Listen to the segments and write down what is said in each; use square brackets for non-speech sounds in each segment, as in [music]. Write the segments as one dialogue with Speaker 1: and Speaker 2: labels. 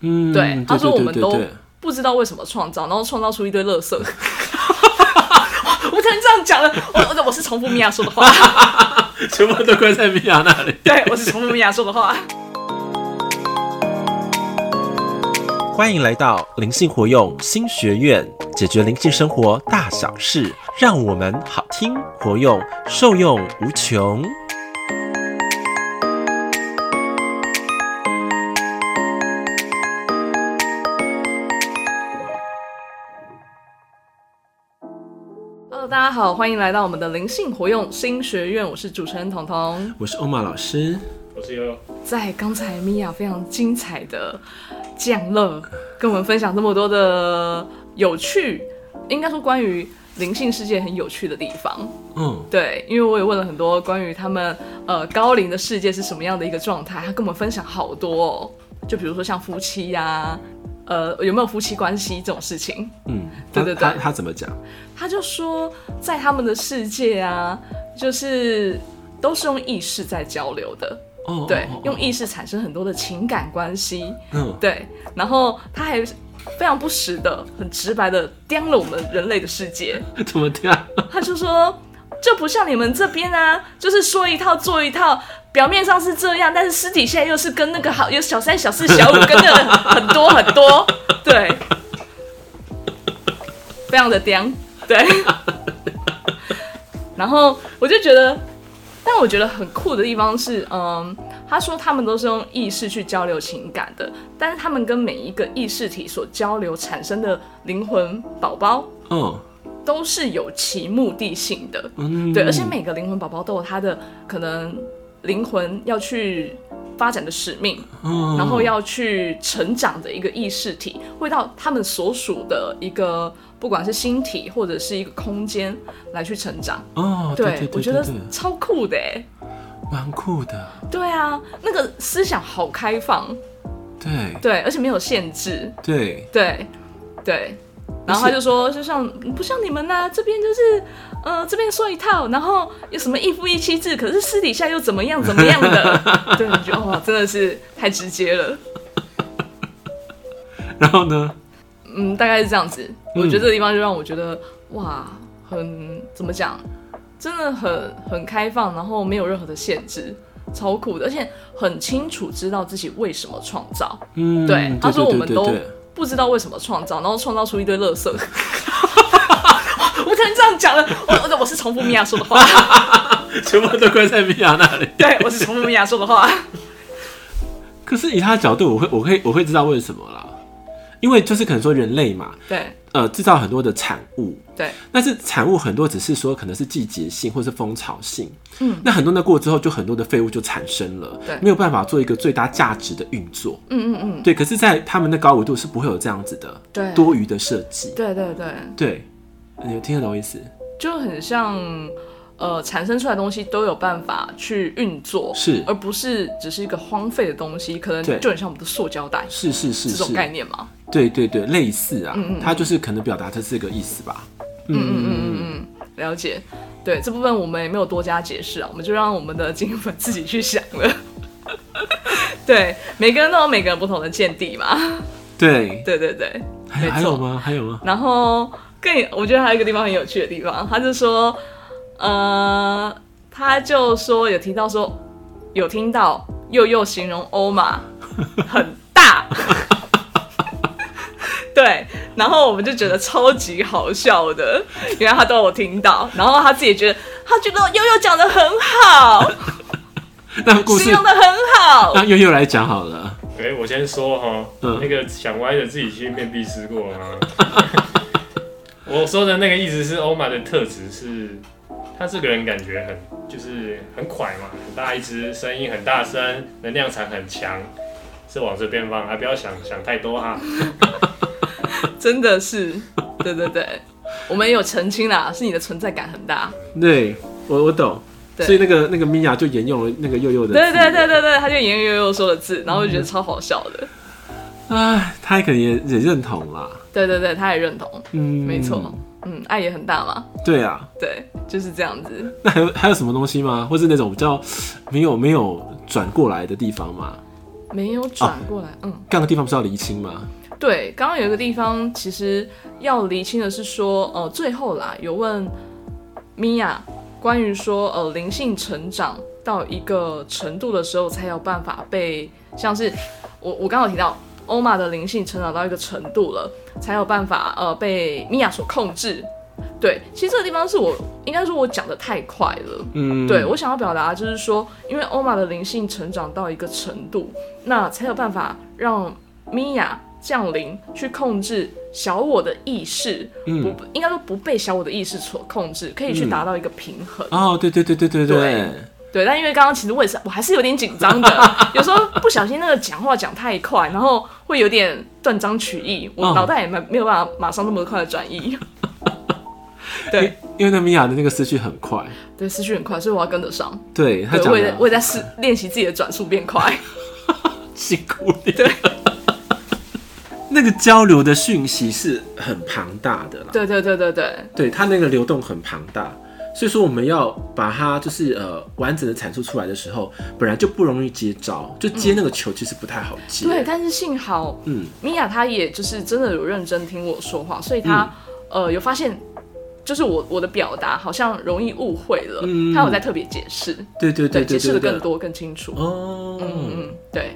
Speaker 1: 嗯，
Speaker 2: 对，他
Speaker 1: 对
Speaker 2: 说我们
Speaker 1: 对对
Speaker 2: 都
Speaker 1: 对
Speaker 2: 不知道为什么创造，然后创造出一堆垃圾。 [laughs] 我不能这样讲了，我我我是重复米娅说的
Speaker 1: [laughs]
Speaker 2: 话，
Speaker 3: [laughs]
Speaker 1: 全部都怪在米娅那里。
Speaker 2: 对我是重复米娅说的话。
Speaker 3: 欢迎来到灵性活用新学院，解决灵性生活大小事，让我们好听活用，受用无穷。
Speaker 2: Hello，大家好，欢迎来到我们的灵性活用新学院，我是主持人彤彤。
Speaker 3: 我是欧玛老师，
Speaker 1: 我是悠悠，
Speaker 2: 在刚才米娅非常精彩的讲乐，跟我们分享这么多的有趣，应该说关于灵性世界很有趣的地方。
Speaker 3: 嗯，
Speaker 2: 对，因为我也问了很多关于他们呃高龄的世界是什么样的一个状态，他跟我们分享好多哦，就比如说像夫妻呀、呃有没有夫妻关系这种事情，
Speaker 3: 嗯，
Speaker 2: 对
Speaker 3: 他
Speaker 2: 对对
Speaker 3: 他他怎么讲？
Speaker 2: 他就说在他们的世界啊，就是都是用意识在交流的，
Speaker 3: 哦，
Speaker 2: 对
Speaker 3: 哦，
Speaker 2: 用，意识产生很多的情感关系，
Speaker 3: [laughs] 哦
Speaker 2: 对，然后他还非常不实的、很直白的刁了我们人类的世界。
Speaker 1: 怎么样？
Speaker 2: 他就说，这不像你们这边啊，就是说一套做一套，表面上是这样，但是私底下又是跟那个好，有小三、小四、小五，跟那个很多很多，对，非常的刁，对。然后我就觉得，但我觉得很酷的地方是，嗯，他说他们都是用意识去交流情感的，但是他们跟每一个意识体所交流产生的灵魂宝宝
Speaker 3: 嗯，哦，
Speaker 2: 都是有其目的性的，
Speaker 3: 嗯，
Speaker 2: 对，而且每个灵魂宝宝都有他的可能灵魂要去发展的使命，
Speaker 3: 嗯，
Speaker 2: 然后要去成长的一个意识体，会到他们所属的一个不管是星体或者是一个空间来去成长。
Speaker 3: 哦，对对对，
Speaker 2: 我觉得
Speaker 3: 对对
Speaker 2: 超酷的哎，
Speaker 3: 蛮酷的，
Speaker 2: 对啊，那个思想好开放，
Speaker 3: 对
Speaker 2: 对，而且没有限制，
Speaker 3: 对，
Speaker 2: 对，对。然后他就说，就像不像你们呐、这边就是，呃，这边说一套，然后有什么一夫一妻制，可是私底下又怎么样怎么样的， [laughs] 对，你觉得哇，真的是太直接了，
Speaker 3: 然后呢？
Speaker 2: 嗯，大概是这样子。我觉
Speaker 3: 嗯
Speaker 2: 得这个地方就让我觉得哇，很怎么讲，真的很很开放，然后没有任何的限制，超酷的，而且很清楚知道自己为什么创造，
Speaker 3: 嗯，
Speaker 2: 对，他说我们都
Speaker 3: 对对
Speaker 2: 不知道为什么创造，然后创造出一堆垃圾。我不可能这样讲了，我我我是重复米娅说的话，
Speaker 3: [laughs]
Speaker 1: 对全部都怪在米娅那里。
Speaker 2: 对，我是重复米娅说的话。
Speaker 3: 可是以他的角度，我会我会我会知道为什么啦，因为就是可能说人类嘛，
Speaker 2: 对
Speaker 3: 呃，制造很多的产物，
Speaker 2: 对
Speaker 3: 但是产物很多只是说可能是季节性或是风潮性，
Speaker 2: 嗯，
Speaker 3: 那很多那过之后就很多的废物就产生了，
Speaker 2: 对
Speaker 3: 没有办法做一个最大价值的运作，
Speaker 2: 嗯嗯嗯，
Speaker 3: 对。可是，在他们的高维度是不会有这样子的
Speaker 2: 对
Speaker 3: 多余的设计，
Speaker 2: 对对对，
Speaker 3: 对，你有听得懂我意思？
Speaker 2: 就很像呃，产生出来的东西都有办法去运作，
Speaker 3: 是
Speaker 2: 而不是只是一个荒废的东西，可能
Speaker 3: 对
Speaker 2: 就很像我们的塑胶袋
Speaker 3: 是是是
Speaker 2: 这种
Speaker 3: 是，
Speaker 2: 概念嘛。
Speaker 3: 对对对，类似啊，
Speaker 2: 嗯嗯嗯
Speaker 3: 它就是可能表达这四个意思吧，
Speaker 2: 了解，对这部分我们也没有多加解释啊，我们就让我们的金粉自己去想了。 [laughs] 对，每个人都有每个人不同的见地嘛。 [laughs]
Speaker 3: 对，
Speaker 2: 对对对，
Speaker 3: 还有
Speaker 2: 没错
Speaker 3: 还有吗？还有吗？
Speaker 2: 然后更我觉得还有一个地方很有趣的地方，他就说，呃，他就说有提到说有听到又又形容
Speaker 3: [laughs]
Speaker 2: 欧玛很大。对，然后我们就觉得超级好笑的，原来他都有听到，然后他自己也觉得他觉得悠悠讲的很好，
Speaker 3: 那 [laughs] 故事
Speaker 2: 形容的很好，
Speaker 3: 让悠悠来讲好了，
Speaker 4: 哎、我先说哈，
Speaker 3: 嗯
Speaker 4: 那个想歪的自己去面壁思过
Speaker 3: [laughs]
Speaker 4: 啊。我说的那个意思是，欧玛的特质是，他这个人感觉很就是很快嘛，很大一只，声音很大声，能量场很强，是往这边放啊，不要想想太多啊。
Speaker 2: 真的是，对对对，我们也有澄清啦，是你的存在感很大，
Speaker 3: 对我我懂。
Speaker 2: 对
Speaker 3: 所以那个那个米娅就沿用了那个悠悠的，嗯
Speaker 2: 对对对，对对，他就言言悠悠说的字，然后我就觉得超好笑的。
Speaker 3: 哎，他可能也也认同啦，
Speaker 2: 对对对，他也认同，
Speaker 3: 嗯，
Speaker 2: 没错，嗯，爱也很大嘛，
Speaker 3: 对啊，
Speaker 2: 对，就是这样子。
Speaker 3: 那还有还有什么东西吗？或是那种比较没有没有转过来的地方吗？
Speaker 2: 没有
Speaker 3: 啊
Speaker 2: 转过来，嗯，
Speaker 3: 刚刚地方不是要厘清吗？
Speaker 2: 对，刚刚有一个地方其实要厘清的是说，呃，最后啦，有问米娅关于说，呃，灵性成长到一个程度的时候，才有办法被像是我我刚刚有提到。欧玛的灵性成长到一个程度了，才有办法呃被米娅所控制。对，其实这个地方是我应该说我讲的太快了，
Speaker 3: 嗯，
Speaker 2: 对我想要表达就是说，因为欧玛的灵性成长到一个程度，那才有办法让米娅降临去控制小我的意识，
Speaker 3: 嗯，
Speaker 2: 不应该说不被小我的意识所控制，可以去达到一个平衡。
Speaker 3: 哦，对对对对对
Speaker 2: 对，对，但因为刚刚其实我也是，我还是有点紧张的，有时候不小心那个讲话讲太快，然后会有点断章取义，我
Speaker 3: 嗯
Speaker 2: 脑袋也没没有办法马上那么快的转移。 [laughs] 对
Speaker 3: 因因为那米娅的那个思绪很快，
Speaker 2: 对，思绪很快，所以我要跟得上。
Speaker 3: 对他
Speaker 2: 对，
Speaker 3: 讲
Speaker 2: 我也在
Speaker 3: 的
Speaker 2: 我也在试练习自己的转速变快。 [laughs]
Speaker 3: 辛苦你，对， [laughs] 那个交流的讯息是很庞大的啦，
Speaker 2: 对对对对对
Speaker 3: 对它那个流动很庞大，所以说我们要把它就是呃完整的阐述出来的时候，本来就不容易接招，就接那个球其实不太好接，
Speaker 2: 对，，但是幸好
Speaker 3: 嗯，
Speaker 2: 米娅她也就是真的有认真听我说话，所以她、
Speaker 3: 嗯
Speaker 2: 呃有发现，就是我我的表达好像容易误会了，
Speaker 3: 嗯
Speaker 2: 她有在特别解释，
Speaker 3: 对对对对
Speaker 2: 解
Speaker 3: 对
Speaker 2: 释的
Speaker 3: 对
Speaker 2: 更多更清楚。
Speaker 3: 哦，
Speaker 2: 嗯嗯，对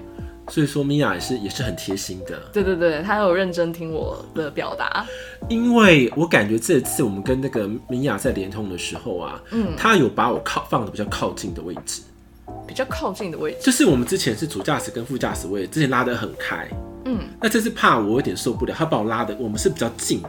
Speaker 3: 所以说米娅也是也是很贴心的，
Speaker 2: 对对对，她有认真听我的表达，
Speaker 3: 因为我感觉这次我们跟那个米娅在连通的时候啊，嗯，她有把我靠放的比较靠近的位置，
Speaker 2: 比较靠近的位置。
Speaker 3: 就是我们之前是主驾驶跟副驾驶位，之前拉得很开，
Speaker 2: 嗯，
Speaker 3: 那这次怕我有点受不了，她把我拉的我们是比较近的，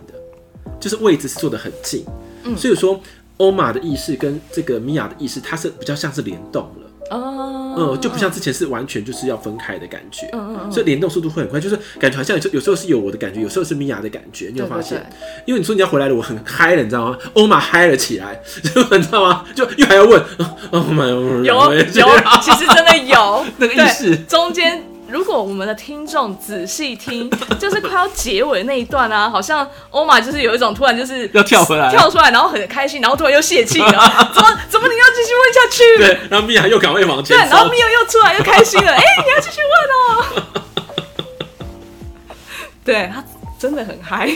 Speaker 3: 就是位置是坐得很近，嗯，所以说欧玛的意识跟这个米娅的意识，它是比较像是联动了。
Speaker 2: 哦，
Speaker 3: 嗯，就不像之前是完全就是要分开的感觉，
Speaker 2: 嗯嗯嗯
Speaker 3: 所以联动速度会很快，就是感觉好像有时候有时候是有我的感觉，有时候是米娅的感觉，你有
Speaker 2: 对
Speaker 3: 发
Speaker 2: 对
Speaker 3: 现？
Speaker 2: 对，
Speaker 3: 因为你说你要回来了，我很嗨了，你知道吗？欧玛嗨了起来， [laughs] 就你知道吗？就又还要问， [laughs] 哦欧玛
Speaker 2: 有啊有，
Speaker 3: [laughs]
Speaker 2: 其实真的有
Speaker 3: 那个意
Speaker 2: 对
Speaker 3: 识
Speaker 2: 中间。如果我们的听众仔细听，就是快要结尾那一段啊，好像欧玛就是有一种突然就是
Speaker 1: 要跳
Speaker 2: [laughs]
Speaker 1: 回来
Speaker 2: 跳出来，然后很开心，然后突然又泄气了，怎么怎么你要继续问下去？
Speaker 3: 对，然后米娅又赶快往前
Speaker 2: 对，然后
Speaker 3: 走，
Speaker 2: 米友又出来又开心了，哎、你要继续问哦。哦 [laughs] 对他真的很嗨，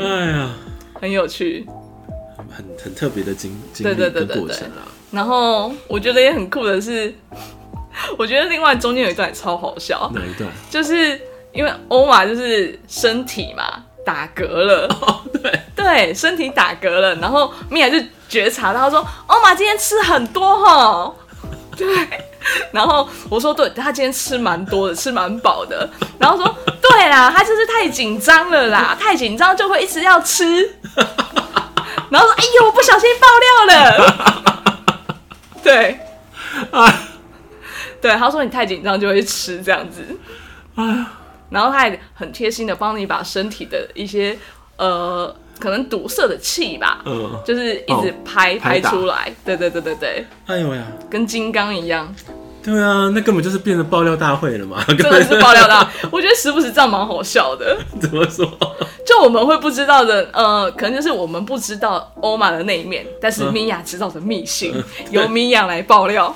Speaker 3: 哎呀，
Speaker 2: 很有趣。
Speaker 3: 很很特别的经经
Speaker 2: 对
Speaker 3: 历
Speaker 2: 对
Speaker 3: 跟
Speaker 2: 对对
Speaker 3: 过
Speaker 2: 对
Speaker 3: 程啊。
Speaker 2: 然后我觉得也很酷的是，我觉得另外中间有一段也超好笑，
Speaker 3: 哪一
Speaker 2: [laughs]
Speaker 3: 段？
Speaker 2: 就是因为欧玛就是身体嘛打嗝了，
Speaker 3: 哦
Speaker 2: 对对，身体打嗝了，然后米娅就觉察到，她说欧玛今天吃很多吼，对，然后我说对，她今天吃蛮多的，吃蛮饱的，然后说对啦，她就是太紧张
Speaker 3: [laughs]
Speaker 2: 了啦，太紧张就会一直要吃，然后说哎呦，我不小心爆料了，
Speaker 3: [laughs]
Speaker 2: 对。
Speaker 3: 哎
Speaker 2: 对，他说你太紧张就会吃这样子，
Speaker 3: 哎
Speaker 2: 然后他也很贴心的帮你把身体的一些呃可能堵塞的气吧，
Speaker 3: 嗯，
Speaker 2: 就是一直
Speaker 3: 哦
Speaker 2: 排、
Speaker 3: 拍
Speaker 2: 排
Speaker 3: 打
Speaker 2: 出来，对对对对对，
Speaker 3: 哎呦呀，
Speaker 2: 跟金刚一样，
Speaker 3: 对啊，那根本就是变成爆料大会了嘛，根
Speaker 2: [laughs] 真的
Speaker 3: [laughs]
Speaker 2: 是爆料到，我觉得时不时这样蛮好笑的，
Speaker 3: 本怎么说？
Speaker 2: 就我们会不知道的，呃，可能就是我们不知道欧玛的那一面，但是米娅知道的秘辛，由米娅来爆料，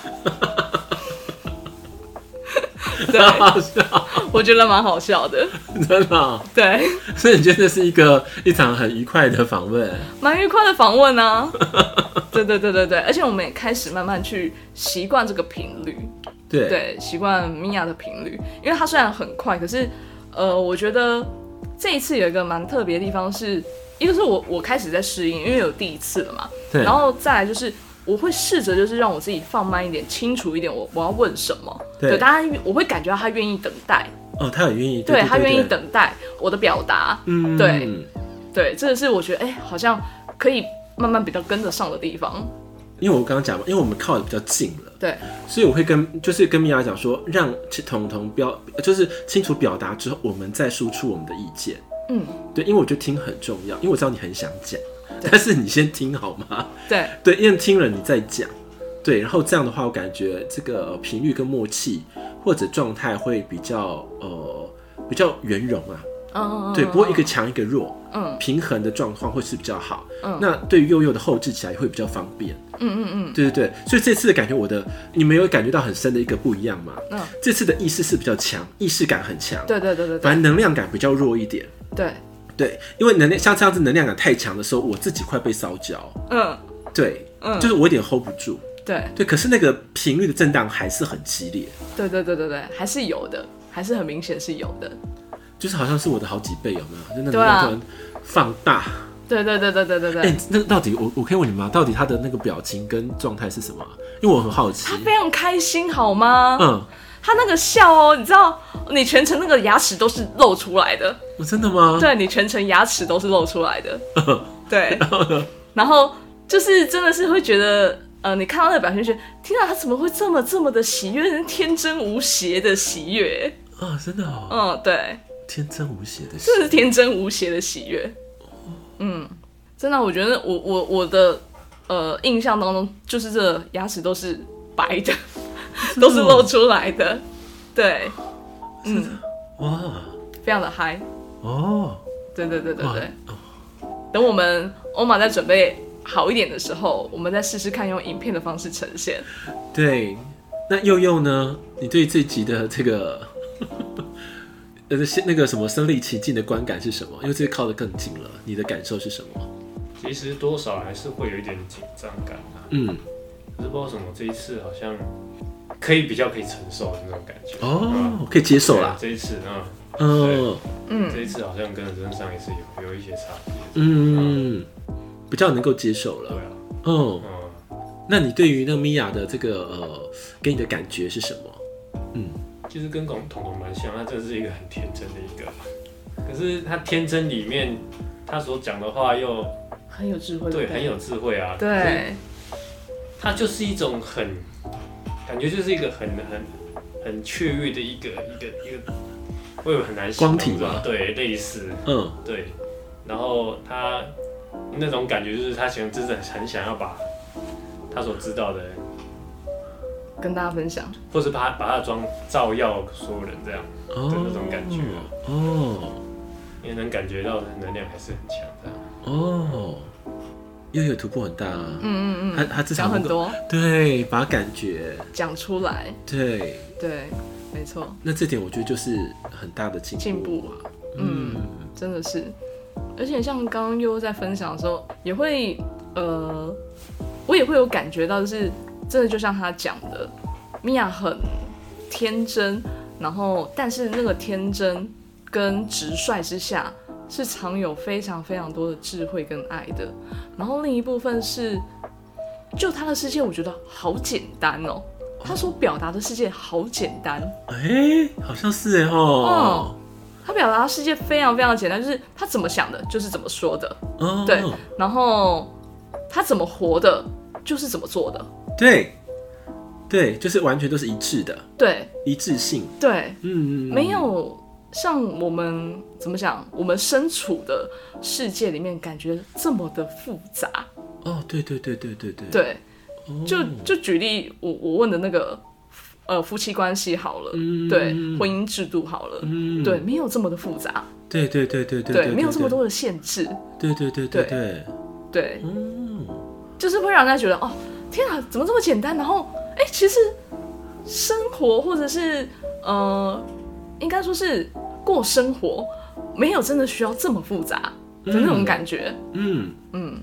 Speaker 2: 对，
Speaker 3: 好笑，
Speaker 2: 我觉得蛮好笑的，
Speaker 3: 真的啊。
Speaker 2: 对。
Speaker 3: 所以你觉得这是一个一场很愉快的访问？
Speaker 2: 蛮愉快的访问啊。对对对对对，而且我们也开始慢慢去习惯这个频率，
Speaker 3: 对，
Speaker 2: 对，习惯米娅的频率，因为它虽然很快，可是呃，我觉得这一次有一个蛮特别的地方是，一个是我我开始在适应，因为有第一次了嘛，
Speaker 3: 对
Speaker 2: 然后再来就是。我会试着就是让我自己放慢一点，清楚一点我，我要问什么。
Speaker 3: 对
Speaker 2: 当然我会感觉到他愿意等待，
Speaker 3: 哦，他很愿意，
Speaker 2: 对
Speaker 3: 对
Speaker 2: 他愿意，
Speaker 3: 对
Speaker 2: 等待我的表达，
Speaker 3: 嗯
Speaker 2: 对对，这个是我觉得哎、好像可以慢慢比较跟得上的地方。
Speaker 3: 因为我刚刚讲嘛，因为我们靠的比较近了，
Speaker 2: 对，
Speaker 3: 所以我会跟就是跟米娅讲说，让彤彤标就是清楚表达之后，我们再输出我们的意见。
Speaker 2: 嗯，
Speaker 3: 对，因为我觉得听很重要，因为我知道你很想讲，但是你先听好吗？
Speaker 2: 对，
Speaker 3: 对，因为听了你再讲，对，然后这样的话，我感觉这个频率跟默契或者状态会比较呃比较圆融啊，
Speaker 2: 嗯，
Speaker 3: 对，不会一个强一个弱，
Speaker 2: 嗯
Speaker 3: 平衡的状况会是比较好。
Speaker 2: 嗯
Speaker 3: 那对于幼幼的后置起来也会比较方便。
Speaker 2: 嗯嗯嗯
Speaker 3: 对对对，所以这次的感觉，我的你们有感觉到很深的一个不一样吗？
Speaker 2: 嗯，
Speaker 3: 这次的意识是比较强，意识感很强，
Speaker 2: 对对对对对
Speaker 3: 反而能量感比较弱一点。
Speaker 2: 对，
Speaker 3: 对，因为能量像上次能量感太强的时候，我自己快被烧焦。
Speaker 2: 嗯
Speaker 3: 对，
Speaker 2: 嗯，
Speaker 3: 就是我有点 hold 不住。
Speaker 2: 对
Speaker 3: 对，可是那个频率的震荡还是很激烈，
Speaker 2: 对对对对对，还是有的，还是很明显是有的。
Speaker 3: 就是好像是我的好几倍，有没有？就那个
Speaker 2: 对啊
Speaker 3: 突然放大。
Speaker 2: 对对对对对对
Speaker 3: 哎、
Speaker 2: 对，
Speaker 3: 那到底我我可以问你们吗？到底他的那个表情跟状态是什么啊？因为我很好奇
Speaker 2: 他。非常开心好吗？
Speaker 3: 嗯，
Speaker 2: 他那个笑哦，你知道，你全程那个牙齿都是露出来的，
Speaker 3: 我哦真的吗？
Speaker 2: 对你全程牙齿都是露出
Speaker 3: [laughs]
Speaker 2: 来的，对，然后就是真的是会觉得，呃，你看到那个表情，觉得天啊，他怎么会这么这么的喜悦，天真无邪的喜悦，
Speaker 3: 啊，真的哦，
Speaker 2: 嗯，对，
Speaker 3: 天真无邪的
Speaker 2: 真的是天真无邪的喜悦，嗯，真的，我觉得我我我的呃印象当中，就是这牙齿都是白的， [laughs] 都是露出来的，对，嗯，
Speaker 3: 哇
Speaker 2: 非常的嗨。
Speaker 3: 哦
Speaker 2: 对对对对
Speaker 3: 哇哦
Speaker 2: 对。等我们欧玛在准备好一点的时候，我们再试试看用影片的方式呈现。
Speaker 3: 对，那佑佑呢？你对这集的这个呃那个什么身临其境的观感是什么？因为这个靠得更近了，你的感受是什么？
Speaker 4: 其实多少还是会有一点紧张感啊，
Speaker 3: 嗯，
Speaker 4: 可是不知道为什么这一次好像可以比较可以承受的那种感觉。嗯，
Speaker 3: 哦，可以接受啦。
Speaker 4: 这一次啊，
Speaker 3: 嗯
Speaker 2: 嗯
Speaker 4: 这一次好像跟真上一次有有一些差别。
Speaker 3: 嗯，比较能够接受
Speaker 4: 对
Speaker 3: 了。
Speaker 4: 啊，
Speaker 3: 嗯，
Speaker 4: 嗯，
Speaker 3: 那你对于那个米娅的这个呃给你的感觉是什么？
Speaker 4: 其实跟彤彤蛮像，他真的是一个很天真的一个，可是他天真里面他所讲的话又
Speaker 2: 很有智慧
Speaker 4: 对很有智慧啊，
Speaker 2: 对
Speaker 4: 他就是一种很感觉就是一个很很很雀跃的一个一个一个，我也很难形容
Speaker 3: 光体吧
Speaker 4: 对，类似
Speaker 3: 嗯
Speaker 4: 对，然后他那种感觉就是他想真的很想要把他所知道的，
Speaker 2: 跟大家分享。
Speaker 4: 或是把他把他的妆照耀所有人这样，
Speaker 3: 哦
Speaker 4: 那种感觉啊
Speaker 3: 哦。
Speaker 4: 因为能感觉到的能量还是很强的。
Speaker 3: 哦，又有突破很大啊！
Speaker 2: 嗯嗯
Speaker 3: 他他至
Speaker 2: 嗯，
Speaker 3: 少
Speaker 2: 讲很
Speaker 3: 能够
Speaker 2: 多，
Speaker 3: 对，把感觉
Speaker 2: 讲出来，
Speaker 3: 对，
Speaker 2: 对，没错，
Speaker 3: 那这点我觉得就是很大的进步
Speaker 2: 进步
Speaker 3: 啊。
Speaker 2: 嗯
Speaker 3: 嗯
Speaker 2: 真的是。而且像刚刚悠悠在分享的时候，也会呃，我也会有感觉到，就是真的就像他讲的，米娅很天真，然后但是那个天真跟直率之下，是藏有非常非常多的智慧跟爱的。然后另一部分是，就他的世界，我觉得好简单哦。他所表达的世界好简单，
Speaker 3: 哎、好像是哎哦，
Speaker 2: 他表达的世界非常非常简单，就是他怎么想的，就是怎么说的。
Speaker 3: 哦，
Speaker 2: 对然后他怎么活的，就是怎么做的。
Speaker 3: 对对，就是完全都是一致的，
Speaker 2: 对
Speaker 3: 一致性。
Speaker 2: 对，
Speaker 3: 嗯，嗯
Speaker 2: 没，有像我们怎么讲，我们身处的世界里面感觉这么的复杂。
Speaker 3: 嗯哦，对对对对对对，
Speaker 2: 对，
Speaker 3: 哦
Speaker 2: 就就举例我我问的那个呃夫妻关系好了，
Speaker 3: 嗯
Speaker 2: 对婚姻制度好了。
Speaker 3: 嗯
Speaker 2: 对，没有这么的复杂，
Speaker 3: 对对对对对
Speaker 2: 对，没有这么，多的限制，
Speaker 3: 对对对对
Speaker 2: 对
Speaker 3: 对，
Speaker 2: 对，
Speaker 3: 嗯，
Speaker 2: 就是会让人家觉得哦，天啊，怎么这么简单？然后，哎、其实生活或者是呃，应该说是过生活，没有真的需要这么复杂的那种感觉。
Speaker 3: 嗯。
Speaker 2: 嗯，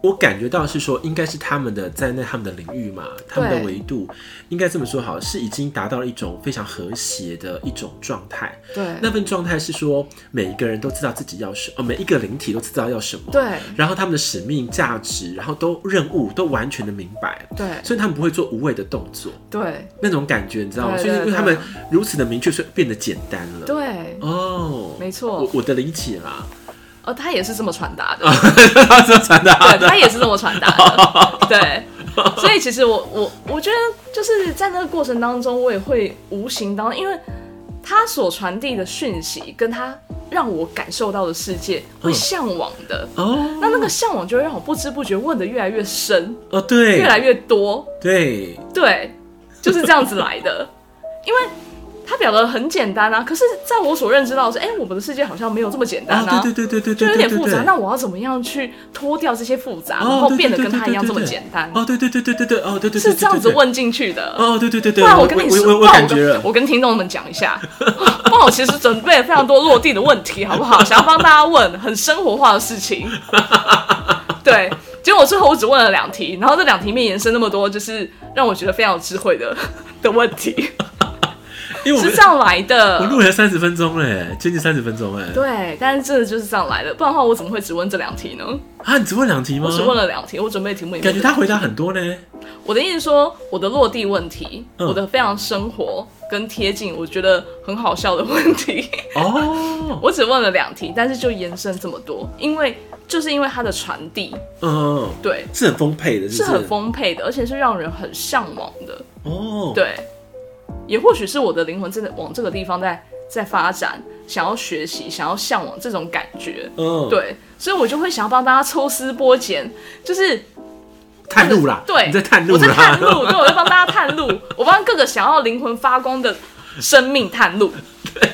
Speaker 3: 我感觉到是说，应该是他们的在那他们的领域嘛，他们的
Speaker 2: 对
Speaker 3: 维度，应该这么说好，是已经达到了一种非常和谐的一种状态。
Speaker 2: 对，
Speaker 3: 那份状态是说，每一个人都知道自己要什么，哦每一个灵体都知道要什么，
Speaker 2: 对，
Speaker 3: 然后他们的使命、价值，然后都任务都完全的明白，
Speaker 2: 对，
Speaker 3: 所以他们不会做无谓的动作，
Speaker 2: 对，
Speaker 3: 那种感觉你知道吗？
Speaker 2: 对
Speaker 3: 所以因为
Speaker 2: 对
Speaker 3: 他们
Speaker 2: 对
Speaker 3: 如此的明确，所以变得简单了。
Speaker 2: 对，
Speaker 3: 哦，
Speaker 2: 没
Speaker 3: 我
Speaker 2: 错。
Speaker 3: 我的理解啦， [laughs]
Speaker 2: 呃，他也是这么传达的。
Speaker 3: 他这传达
Speaker 2: 对，他也是这么传达
Speaker 3: [laughs]
Speaker 2: 的。对，所以其实我我我觉得就是在那个过程当中，我也会无形当中，因为他所传递的讯息跟他让我感受到的世界
Speaker 3: 嗯
Speaker 2: 会向往的。
Speaker 3: 哦
Speaker 2: 那那个向往就会让我不知不觉问的越来越深，
Speaker 3: 哦，对，
Speaker 2: 越来越多，
Speaker 3: 对，
Speaker 2: 对，就是这样子来的。因为他表达得很简单啊，可是在我所认知到的是，哎、我们的世界好像没有这么简单啊，
Speaker 3: 啊，对对对对对对
Speaker 2: 就
Speaker 3: 对
Speaker 2: 有
Speaker 3: 对
Speaker 2: 点
Speaker 3: 对，
Speaker 2: 复杂。那我要怎么样去脱掉这些复杂，然
Speaker 3: 哦
Speaker 2: 后
Speaker 3: 对对
Speaker 2: 变得
Speaker 3: 对
Speaker 2: 跟
Speaker 3: 对
Speaker 2: 他
Speaker 3: 对
Speaker 2: 一样
Speaker 3: 对
Speaker 2: 这么
Speaker 3: 对
Speaker 2: 简单？
Speaker 3: 哦，对对对对对对，哦，对对对，
Speaker 2: 是
Speaker 3: 对
Speaker 2: 这样子。
Speaker 3: 对对
Speaker 2: 问进去的。
Speaker 3: 哦，对对对对，
Speaker 2: 不然我跟你
Speaker 3: 我
Speaker 2: 说，
Speaker 3: 我
Speaker 2: 不
Speaker 3: 我
Speaker 2: 然
Speaker 3: 感
Speaker 2: 我
Speaker 3: 觉
Speaker 2: 跟
Speaker 3: 了，
Speaker 2: 我跟听众们讲一下， [laughs] 不然我其实准备了非常多落地的问题，好不好？想要帮大家问很生活化的事
Speaker 3: [laughs]
Speaker 2: 情。对，结果最后我只问了两题，然后这两题里面延伸那么多，就是让我觉得非常有智慧的的问题，
Speaker 3: 因 [laughs] 为我
Speaker 2: 是
Speaker 3: 们
Speaker 2: 这样来
Speaker 3: 我
Speaker 2: 的。
Speaker 3: 录了三十分钟嘞，接近三十分钟哎。
Speaker 2: 对，但是真的就是这样来的，不然的话我怎么会只问这两题呢？
Speaker 3: 啊，你只问两题吗？
Speaker 2: 我只问了两题，我准备的题目也没有
Speaker 3: 感觉他回答很多呢。
Speaker 2: 我的意思是说，我的落地问题，
Speaker 3: 嗯
Speaker 2: 我的非常生活跟贴近，我觉得很好笑的问题，
Speaker 3: 哦，
Speaker 2: 我只问了两题，但是就延伸这么多，因为就是因为它的传递，
Speaker 3: 嗯，
Speaker 2: 对，
Speaker 3: 是很丰沛的，
Speaker 2: 是
Speaker 3: 是不
Speaker 2: 很丰沛的，而且是让人很向往的，
Speaker 3: 哦，，
Speaker 2: 对，也或许是我的灵魂真的往这个地方在在发展，想要学习，想要向往这种感觉，
Speaker 3: 嗯，，
Speaker 2: 对，所以我就会想要帮大家抽丝剥茧，就是
Speaker 3: 探路啦，
Speaker 2: 对，
Speaker 3: 你在探路
Speaker 2: 我在探
Speaker 3: 啦，
Speaker 2: 路，对，我在帮大家探路，我帮各个想要灵魂发光的生命探路，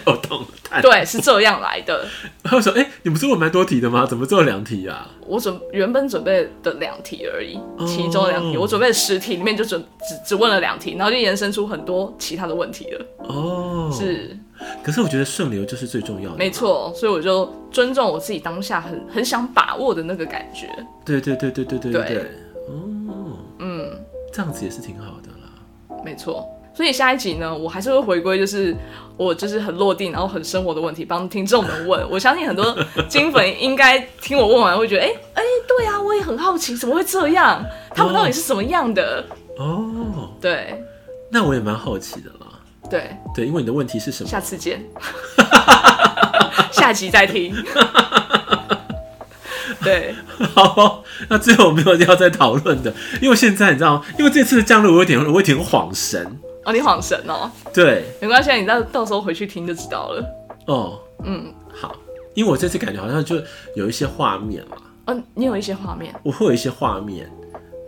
Speaker 3: 我懂了，探。
Speaker 2: 对，是这样来的。
Speaker 3: 他说，哎，你不是问蛮多题的吗？怎么只有两题啊？
Speaker 2: 我准原本准备的两题而已，其中两题，
Speaker 3: 哦
Speaker 2: 我准备十题里面就准只只问了两题，然后就延伸出很多其他的问题了，
Speaker 3: 哦，，
Speaker 2: 是
Speaker 3: 可是我觉得顺流就是最重要的，
Speaker 2: 没。错，所以我就尊重我自己当下很很想把握的那个感觉，
Speaker 3: 对对对对对对
Speaker 2: 对
Speaker 3: 对，哦，
Speaker 2: 嗯，
Speaker 3: 这样子也是挺好的啦。
Speaker 2: 没错。所以下一集呢，我还是会回归，就是我就是很落地，然后很生活的问题，帮听众们问。我 [laughs] 相信很多金粉应该听我问完会觉得，哎、哎、对啊，我也很好奇，怎么会这样？他们到底是什么样的？
Speaker 3: 哦，
Speaker 2: 对
Speaker 3: 那我也蛮好奇的啦。
Speaker 2: 对，
Speaker 3: 对，因为你的问题是什么？
Speaker 2: 下次见， [laughs] 下集再听。 [laughs] 对，
Speaker 3: 好、 [laughs] 那最后我没有要再讨论的，因为现在你知道，因为这次的降落我有点我有点恍神，
Speaker 2: 哦，你恍神哦，
Speaker 3: 对，
Speaker 2: 没关系啊，你到到时候回去听就知道了。
Speaker 3: 哦，
Speaker 2: 嗯，
Speaker 3: 好，因为我这次感觉好像就有一些画面嘛，
Speaker 2: 哦，你有一些画面，
Speaker 3: 我会有一些画面，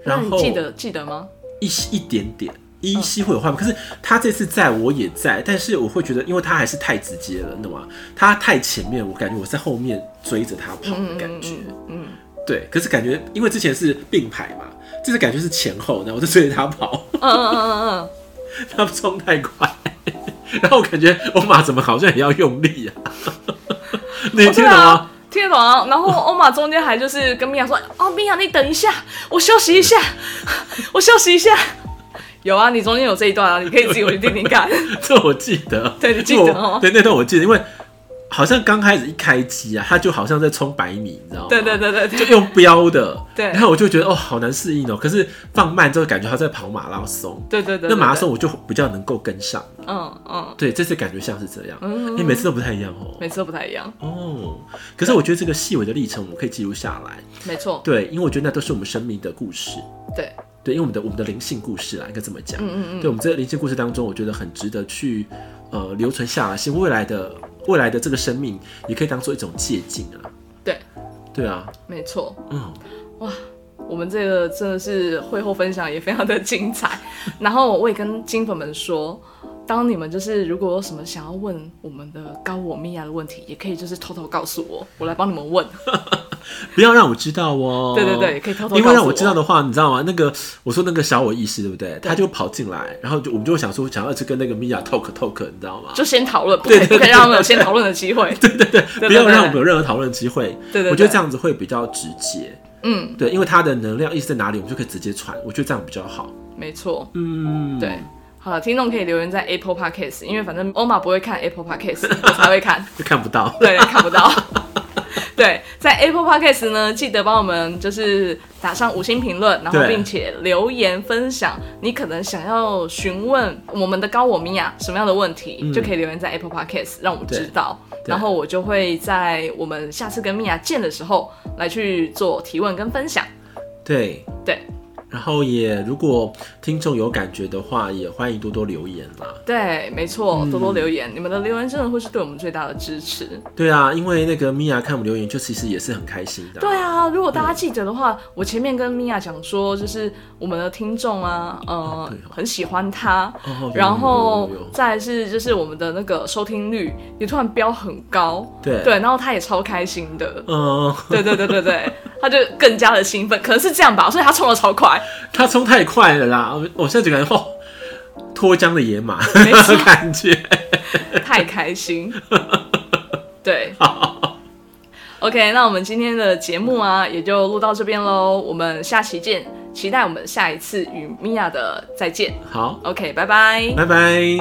Speaker 2: 那
Speaker 3: 然
Speaker 2: 你
Speaker 3: 后
Speaker 2: 记得记得吗？
Speaker 3: 一些一点点。依稀会有画面，可是他这次在我也在，但是我会觉得，因为他还是太直接了，你懂吗？他太前面，我感觉我在后面追着他跑的感觉。
Speaker 2: 嗯，
Speaker 3: 对，可是感觉因为之前是并排嘛，这次感觉是前后，然后我就追着他跑。 [laughs]
Speaker 2: 嗯嗯嗯嗯嗯。
Speaker 3: 他冲太快， [laughs] 然后我感觉欧马怎么好像也要用力呀、啊？ [laughs] 你 [laughs] 听
Speaker 2: 哦对
Speaker 3: 懂吗
Speaker 2: 啊？？听得懂啊！然后欧玛中间还就是跟米娅说：“哦，米娅，你等一下，我休息一下， [laughs] 我休息一下。” [laughs] 有啊，你中间有这一段啊，你可以自己回去听听
Speaker 3: [laughs]
Speaker 2: 看。
Speaker 3: 这我记得，
Speaker 2: 对你记得哦
Speaker 3: 我对那段我记得，因为好像刚开始一开机啊，他就好像在冲百米，你知道吗？
Speaker 2: 对对对对
Speaker 3: 就
Speaker 2: 对，
Speaker 3: 用标的，
Speaker 2: 对
Speaker 3: 然后我就觉得哦，好难适应哦。可是放慢之后，感觉他在跑马拉松，
Speaker 2: 对对对。
Speaker 3: 那马拉
Speaker 2: 对，
Speaker 3: 松我就比较能够跟上。
Speaker 2: 嗯嗯，
Speaker 3: 对，这次感觉像是这样，
Speaker 2: 嗯
Speaker 3: 你、每次都不太一样哦。
Speaker 2: 每次都不太一样，
Speaker 3: 哦，可是我觉得这个细微的历程，我们可以记录下来。
Speaker 2: 没错，
Speaker 3: 对，因为我觉得那都是我们生命的故事。
Speaker 2: 对，
Speaker 3: 对，因为我们的我们的灵性故事啦，应该这么讲。
Speaker 2: 嗯嗯
Speaker 3: 对，我们这个灵性故事当中，我觉得很值得去呃留存下来，是未来的未来的这个生命也可以当做一种借鉴啊。
Speaker 2: 对，
Speaker 3: 对啊，
Speaker 2: 嗯，没错。
Speaker 3: 嗯，
Speaker 2: 我们这个真的是会后分享也非常的精彩。 [laughs] 然后我也跟金粉们说，当你们就是如果有什么想要问我们的高我米娅的问题，也可以就是偷偷告诉我，我来帮你们问。
Speaker 3: 不要让我知道哦。
Speaker 2: 对对对，。可以偷偷告诉
Speaker 3: 因为让我知道的话，你知道吗？那个我说那个小我意识，对不对？他就跑进来，然后就我们就会想说，想要去跟那个米娅 talk talk，你知道吗？
Speaker 2: 就先讨论，不可以
Speaker 3: 对对对
Speaker 2: 不可以让他们有先讨论的机
Speaker 3: [laughs]
Speaker 2: 会。对对对
Speaker 3: 不要让我们有任何讨论的机会。
Speaker 2: 对对
Speaker 3: 我觉得
Speaker 2: 对
Speaker 3: 这样子会比较直接。
Speaker 2: 嗯，
Speaker 3: 对，因为他的能量意识在哪里，我们就可以直接传。我觉得这样比较好。
Speaker 2: 没错，
Speaker 3: 嗯，
Speaker 2: 对。好了，听众可以留言在 Apple Podcast，因为反正欧玛不会看 Apple Podcast，我才会看，
Speaker 3: 就看不
Speaker 2: [laughs]
Speaker 3: 到。
Speaker 2: 对，看不到。对，在 Apple Podcast 呢，记得帮我们就是打上五星评论，然后
Speaker 3: 对
Speaker 2: 并且留言分享你可能想要询问我们的高我米娅什么样的问题，就可以留言在 Apple Podcast 让我们知道，
Speaker 3: 嗯对
Speaker 2: 然后我就会在我们啊下次跟米娅见的时候来去做提问跟分享。
Speaker 3: 对，
Speaker 2: 对，
Speaker 3: 然然后也如果听众有感觉的话，也欢迎多多留言啦。
Speaker 2: 对，没错，多多留言，你们的留言真的会是对我们最大的支持。
Speaker 3: 对啊，因为那个米娅看我们留言，就其实也是很开心的、
Speaker 2: 对，啊，如果大家记得的话，我前面跟米娅讲说，就是我们的听众啊，呃
Speaker 3: 对哦，
Speaker 2: 很喜欢他，
Speaker 3: 哦有
Speaker 2: 然后
Speaker 3: 有有有有
Speaker 2: 再来是就是我们的那个收听率也突然飙很高，
Speaker 3: 对
Speaker 2: 对，然后他也超开心的。
Speaker 3: 嗯，
Speaker 2: 对对对对对，他就更加的兴奋，可能是这样吧，所以他冲的超
Speaker 3: [laughs]
Speaker 2: 快，
Speaker 3: 他冲太快了啦，我我现在就感觉哦，脱缰的野马
Speaker 2: 没错
Speaker 3: [laughs] 感觉。
Speaker 2: 太
Speaker 3: [laughs]
Speaker 2: 开心。对，OK，那我们今天的节目啊，也就录到这边喽，我们下期见，期待我们下一次与米娅的再见。
Speaker 3: 好，
Speaker 2: OK，拜拜。
Speaker 3: 拜拜。